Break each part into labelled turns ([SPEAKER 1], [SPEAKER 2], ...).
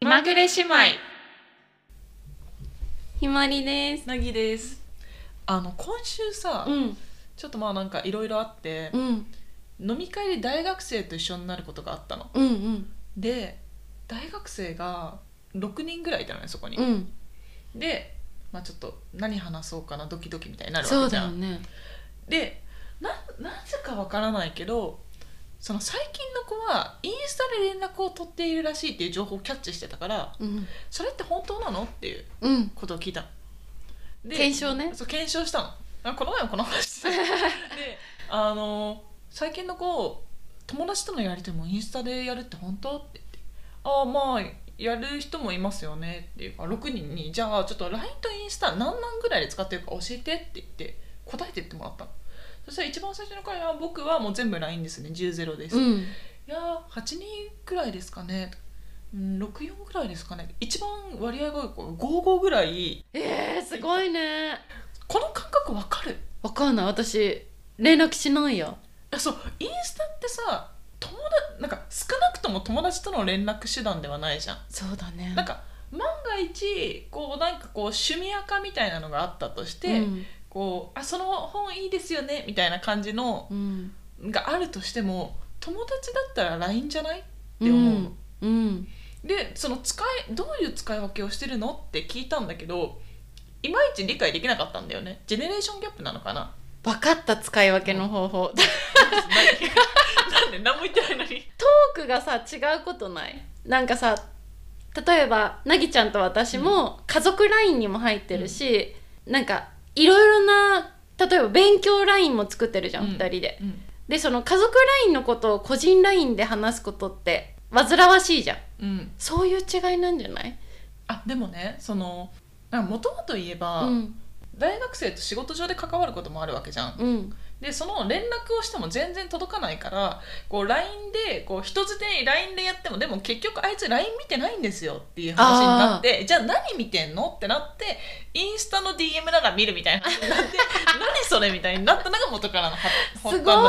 [SPEAKER 1] まぐれ姉妹
[SPEAKER 2] ひまりです。
[SPEAKER 3] なぎですあの今週さ、
[SPEAKER 2] うん、
[SPEAKER 3] ちょっとまあなんかいろいろあって
[SPEAKER 2] う、ん、
[SPEAKER 3] 飲み会で大学生と一緒になることがあったの
[SPEAKER 2] うん、うん、
[SPEAKER 3] で大学生が6人ぐらいいたのねそこに、
[SPEAKER 2] うん、
[SPEAKER 3] で、まあ、ちょっと何話そうかなドキドキみたいになる
[SPEAKER 2] そう
[SPEAKER 3] わけじ
[SPEAKER 2] だ
[SPEAKER 3] ゃ
[SPEAKER 2] よ
[SPEAKER 3] ん、
[SPEAKER 2] ね。
[SPEAKER 3] でななぜかわからないけどその最近の子はインスタで連絡を取っているらしいっていう情報をキャッチしてたから
[SPEAKER 2] うん、
[SPEAKER 3] それって本当なのっていう
[SPEAKER 2] うん、
[SPEAKER 3] ことを聞いたので
[SPEAKER 2] 検証ね
[SPEAKER 3] そう検証したのあこの前もこの話 したであの最近の子友達とのやり取りもインスタでやるって本当って言ってああまあやる人もいますよねっていうか6人にじゃあちょっと LINE とインスタ何万ぐらいで使ってるか教えてって言って答えてってもらったのそしたら一番最初の回は僕はもう全部 LINE ですね10-0です、
[SPEAKER 2] う
[SPEAKER 3] い
[SPEAKER 2] ん、
[SPEAKER 3] やー8人ぐらいですかねうん64ぐらいですかね一番割合が多い子55ぐらい
[SPEAKER 2] えー、すごいね。
[SPEAKER 3] この感覚わかる
[SPEAKER 2] わかんない、私連絡しないよ。
[SPEAKER 3] あそうインスタってさ友達なんか少なくとも友達との連絡手段ではないじゃん
[SPEAKER 2] そうだね。
[SPEAKER 3] なんか万が一こうなんかこう趣味垢みたいなのがあったとし
[SPEAKER 2] う
[SPEAKER 3] て、
[SPEAKER 2] ん、
[SPEAKER 3] こうあその本いいですよねみたいな感じの
[SPEAKER 2] うん、
[SPEAKER 3] があるとしても友達だったら LINE じゃない
[SPEAKER 2] うん、
[SPEAKER 3] でも
[SPEAKER 2] うん、
[SPEAKER 3] でその使いどういう使い分けをしてるのって聞いたんだけどいまいち理解できなかったんだよねジェネレーションギャップなのかな
[SPEAKER 2] 分かった使い分けの方法。ト
[SPEAKER 3] なんで何も言ってないのに
[SPEAKER 2] ークがさ違うことない。なんかさ、例えばなぎちゃんと私も家族ラインにも入ってるし、なんかいろいろな例えば勉強ラインも作ってるじゃん、
[SPEAKER 3] うん
[SPEAKER 2] 二人で。
[SPEAKER 3] うん
[SPEAKER 2] でその家族 LINE のことを個人 LINE で話すことって煩わしいじゃん
[SPEAKER 3] うん
[SPEAKER 2] そういう違いなんじゃない
[SPEAKER 3] あでもねそのもともと言えば、
[SPEAKER 2] うん
[SPEAKER 3] 大学生と仕事上で関わることもあるわけじゃん
[SPEAKER 2] うん
[SPEAKER 3] でその連絡をしても全然届かないからこう LINE でこう人づてに LINE でやってもでも結局あいつ LINE 見てないんですよっていう話になってじゃあ何見てんのってなってインスタの DM だから見るみたいな 話になって何それみたいになったのが元からの発
[SPEAKER 2] すごい
[SPEAKER 3] 発
[SPEAKER 2] そう
[SPEAKER 3] 端だっ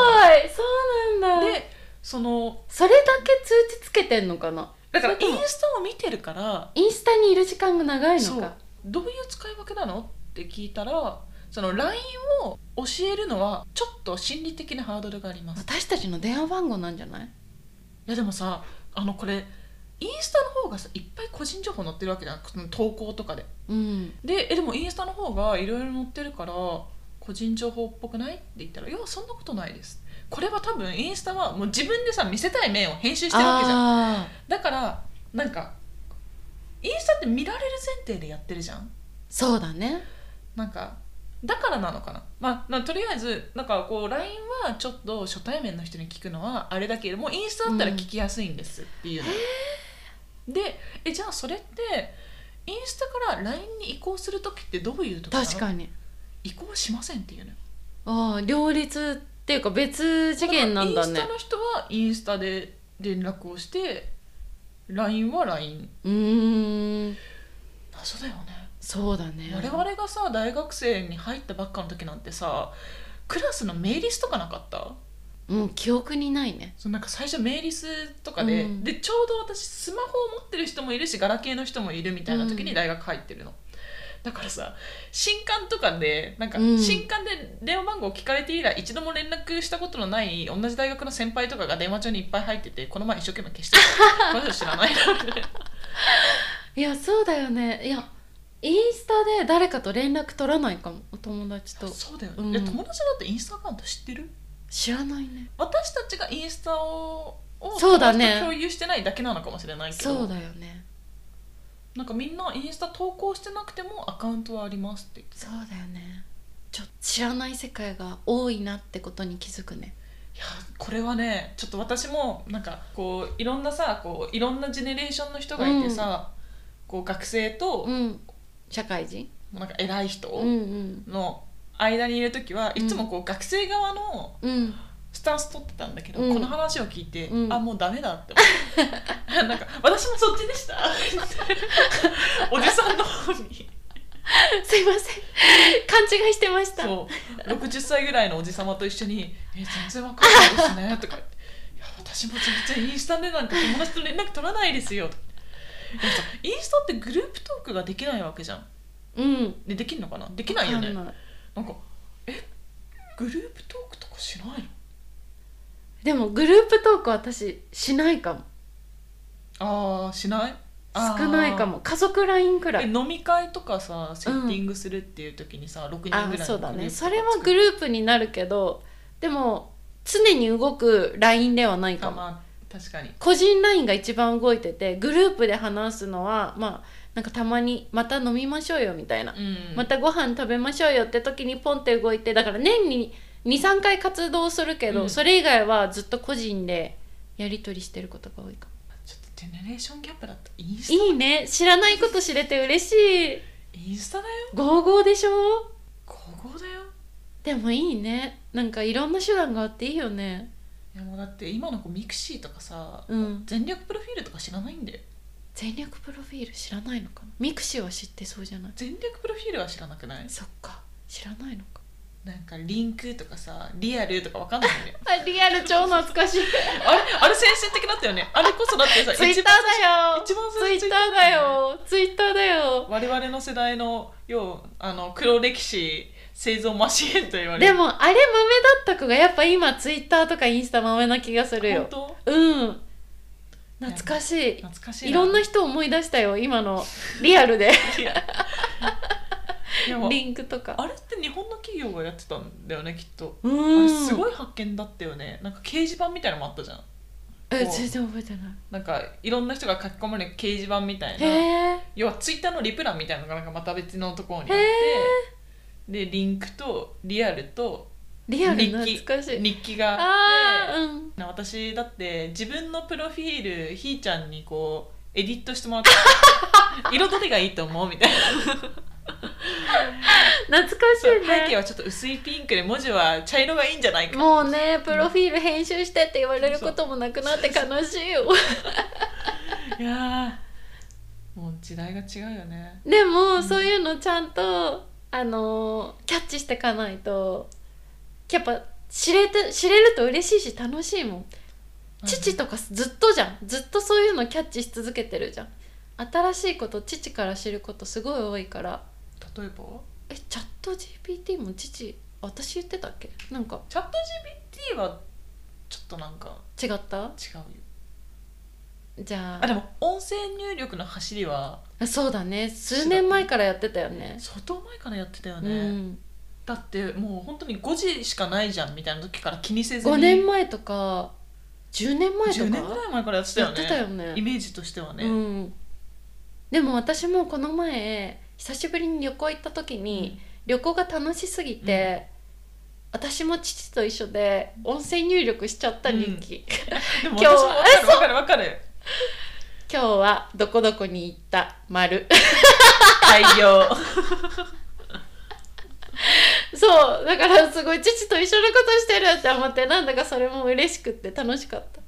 [SPEAKER 2] な
[SPEAKER 3] た
[SPEAKER 2] んだ
[SPEAKER 3] でその
[SPEAKER 2] それだけ通知つけてんのかな
[SPEAKER 3] だからイ
[SPEAKER 2] それと
[SPEAKER 3] ン
[SPEAKER 2] も
[SPEAKER 3] スタを見てるから
[SPEAKER 2] インスタにいる時間が長いの
[SPEAKER 3] そう
[SPEAKER 2] か
[SPEAKER 3] どういう使い分けなのって聞いたらその LINE を教えるのはちょっと心理的なハードルがあります
[SPEAKER 2] 私たちの電話番号なんじゃない
[SPEAKER 3] いやでもさあのこれインスタの方がさいっぱい個人情報載ってるわけじゃんその投稿とかで
[SPEAKER 2] うん
[SPEAKER 3] でえでもインスタの方がいろいろ載ってるから個人情報っぽくないって言ったら「いやそんなことないです」これは多分インスタはもう自分でさ見せたい面を編集してるわけじゃん
[SPEAKER 2] あー
[SPEAKER 3] だからなんかインスタって見られる前提でやってるじゃん
[SPEAKER 2] そうだね
[SPEAKER 3] なんかだからなのかな、まあ、なとりあえずなんかこう LINE はちょっと初対面の人に聞くのはあれだけどもうインスタだったら聞きやすいんですっていうの、でえじゃあそれってインスタから LINE に移行する時ってどういう時なの
[SPEAKER 2] 確かに
[SPEAKER 3] 移行しませんっていう
[SPEAKER 2] あ
[SPEAKER 3] の
[SPEAKER 2] あ両立っていうか別次元なんだ
[SPEAKER 3] インス
[SPEAKER 2] ね
[SPEAKER 3] タの人はインスタで連絡をして LINE は LINE
[SPEAKER 2] うーん
[SPEAKER 3] 謎だよね
[SPEAKER 2] そうだね
[SPEAKER 3] 我々がさ大学生に入ったばっかの時なんてさクラスのメイリスとかなかった
[SPEAKER 2] うん記憶にないね
[SPEAKER 3] そうなんか最初メイリスとかで,、
[SPEAKER 2] うん
[SPEAKER 3] でちょうど私スマホを持ってる人もいるしガラケーの人もいるみたいな時
[SPEAKER 2] う
[SPEAKER 3] に
[SPEAKER 2] ん
[SPEAKER 3] 大学入ってるの、だからさ新刊とかでなんか
[SPEAKER 2] うん
[SPEAKER 3] 新刊で電話番号聞かれて以来一度も連絡したことのない同じ大学の先輩とかが電話帳にいっぱい入っててこの前一生懸命消して たこの人知らないなみたいない
[SPEAKER 2] やそうだよねいやインスタで誰かと連絡取らないかもお友達と
[SPEAKER 3] そうだよ、
[SPEAKER 2] うん
[SPEAKER 3] え友達だってインスタアカウント知ってる
[SPEAKER 2] 知らないね
[SPEAKER 3] 私たちがインスタをを
[SPEAKER 2] そうだね
[SPEAKER 3] 友達と共有してないだけなのかもしれないけど
[SPEAKER 2] そうだよね
[SPEAKER 3] なんかみんなインスタ投稿してなくてもアカウントはありますって言って
[SPEAKER 2] そうだよねちょっと知らない世界が多いなってことに気づくね
[SPEAKER 3] いやこれはねちょっと私もなんかこういろんなさこういろんなジェネレーションの人がいてさ、こう学生と、
[SPEAKER 2] うん社会人
[SPEAKER 3] なんか偉い人
[SPEAKER 2] うんうん
[SPEAKER 3] の間にいる時は、
[SPEAKER 2] うん
[SPEAKER 3] いつもこう学生側の
[SPEAKER 2] うん
[SPEAKER 3] スタンス取ってたんだけど、
[SPEAKER 2] うん
[SPEAKER 3] この話を聞いて、
[SPEAKER 2] うん
[SPEAKER 3] あもうダメだって思って なんか私もそっち でした おじさんの方に
[SPEAKER 2] すいません勘違いしてました
[SPEAKER 3] そう60歳ぐらいのおじさまと一緒に「え全然わかんないですね」とか言って「いや私も全然インスタでなんか友達と連絡取らないですよ」とかでもさインスタってグループトークができないわけじゃん
[SPEAKER 2] うん
[SPEAKER 3] でできるのかなできないよね
[SPEAKER 2] わか
[SPEAKER 3] なんん
[SPEAKER 2] ない
[SPEAKER 3] かえグループトークとかしないの
[SPEAKER 2] でもグループトークは私しないかも
[SPEAKER 3] あーしないあー
[SPEAKER 2] 少ないかも家族 LINE くら
[SPEAKER 3] え
[SPEAKER 2] い
[SPEAKER 3] 飲み会とかさセッティングするっていう時にさ、6人ぐらい
[SPEAKER 2] あ
[SPEAKER 3] の
[SPEAKER 2] そうだ
[SPEAKER 3] グルー
[SPEAKER 2] ね
[SPEAKER 3] プとか
[SPEAKER 2] それはグループになるけどでも常に動く LINE ではないか
[SPEAKER 3] あ
[SPEAKER 2] も
[SPEAKER 3] まあ確かに
[SPEAKER 2] 個人 LINE が一番動いててグループで話すのはまあなんかたまにまた飲みましょうよみたいな
[SPEAKER 3] うん
[SPEAKER 2] またご飯食べましょうよって時にポンって動いてだから年に23回活動するけど、
[SPEAKER 3] うん
[SPEAKER 2] それ以外はずっと個人でやり取りしてることが多いかも
[SPEAKER 3] ちょっとジェネレーションギャップだったインスタ
[SPEAKER 2] いいね知らないこと知れて嬉しい
[SPEAKER 3] インスタだよ
[SPEAKER 2] ゴーゴーでしょ
[SPEAKER 3] ここだよ
[SPEAKER 2] でもいいねなんかいろんな手段があっていいよね
[SPEAKER 3] いやもうだって今の子ミクシーとかさ、
[SPEAKER 2] うん
[SPEAKER 3] 全力プロフィールとか知らないんだよ
[SPEAKER 2] 全力プロフィール知らないのかなミクシーは知ってそうじゃない
[SPEAKER 3] 全力プロフィールは知らなくない
[SPEAKER 2] そっか知らないのか
[SPEAKER 3] なんかリンクとかさリアルとかわかんないんだよ
[SPEAKER 2] あリアル超懐か しい
[SPEAKER 3] あれあれ先進的だったよねあれこそだってさ
[SPEAKER 2] ツイッター
[SPEAKER 3] 一番
[SPEAKER 2] だよ
[SPEAKER 3] 一番
[SPEAKER 2] ツ
[SPEAKER 3] 最
[SPEAKER 2] イ
[SPEAKER 3] 初
[SPEAKER 2] ッターだよツイッターだよ
[SPEAKER 3] 我々の世代の要あの黒歴史製造マシーンと言われ
[SPEAKER 2] で
[SPEAKER 3] る
[SPEAKER 2] もあれ豆だった子がやっぱ今ツイッターとかインスタ豆な気がするよ
[SPEAKER 3] 本
[SPEAKER 2] うん懐かし
[SPEAKER 3] 当
[SPEAKER 2] い
[SPEAKER 3] 懐かしい
[SPEAKER 2] いろんな人思い出したよ今のリアルで
[SPEAKER 3] いやもう
[SPEAKER 2] リンクとか
[SPEAKER 3] あれって日本の企業がやってたんだよねきっと
[SPEAKER 2] う
[SPEAKER 3] あ
[SPEAKER 2] ー
[SPEAKER 3] れ
[SPEAKER 2] ん
[SPEAKER 3] すごい発見だったよねなんか掲示板みたいなのもあったじゃん
[SPEAKER 2] え全然覚えてな
[SPEAKER 3] なんかいろんな人が書き込まれる掲示板みたい
[SPEAKER 2] い
[SPEAKER 3] な
[SPEAKER 2] へえ
[SPEAKER 3] 要はツイッターのリプランみたいなのがなんかまた別のところにあっ
[SPEAKER 2] へ
[SPEAKER 3] てでリンクとリアルと
[SPEAKER 2] リアル
[SPEAKER 3] 日記
[SPEAKER 2] 懐かしい
[SPEAKER 3] 日記があって
[SPEAKER 2] あーうん
[SPEAKER 3] な私だって自分のプロフィールひーちゃんにこうエディットしても らって彩りがいいと思うみたいな
[SPEAKER 2] 懐かし
[SPEAKER 3] そう
[SPEAKER 2] い
[SPEAKER 3] 背景
[SPEAKER 2] ね
[SPEAKER 3] はちょっと薄いピンクで文字は茶色がいいんじゃないか
[SPEAKER 2] もうねプロフィール編集してって言われることもなくなって悲しいよ
[SPEAKER 3] いやーもう時代が違うよね
[SPEAKER 2] でも、
[SPEAKER 3] うん
[SPEAKER 2] そういうのちゃんとあのーキャッチしてかないとやっぱ知れて知れると嬉しいし楽しいもん父とかずっとじゃんずっとそういうのキャッチし続けてるじゃん新しいこと父から知ることすごい多いから
[SPEAKER 3] 例えば
[SPEAKER 2] えチャット GPT も父私言ってたっけなんか
[SPEAKER 3] チャット GPT はちょっとなんか
[SPEAKER 2] 違った
[SPEAKER 3] 違うよ
[SPEAKER 2] じゃ
[SPEAKER 3] あで
[SPEAKER 2] あ
[SPEAKER 3] も音声入力の走りは
[SPEAKER 2] そうだね数年前からやってたよね
[SPEAKER 3] 相当前からやってたよ
[SPEAKER 2] う
[SPEAKER 3] ね、
[SPEAKER 2] ん
[SPEAKER 3] だってもう本当に5時しかないじゃんみたいな時から気にせずに
[SPEAKER 2] 5年前とか10年前と
[SPEAKER 3] 10年ぐ
[SPEAKER 2] から
[SPEAKER 3] い前からやってた
[SPEAKER 2] や
[SPEAKER 3] よ
[SPEAKER 2] っ
[SPEAKER 3] ね
[SPEAKER 2] てたよね
[SPEAKER 3] イメージとしてはね、
[SPEAKER 2] うん、でも私もこの前久しぶりに旅行行った時に、旅行が楽しすぎて、私も父と一緒で音声入力しちゃった日記、
[SPEAKER 3] でも
[SPEAKER 2] 今日は
[SPEAKER 3] 私も分かる分かる分かる
[SPEAKER 2] 今日はどこどこに行った丸
[SPEAKER 3] 太陽
[SPEAKER 2] そうだからすごい父と一緒のことしてるって思ってなんだかそれも嬉しくって楽しかった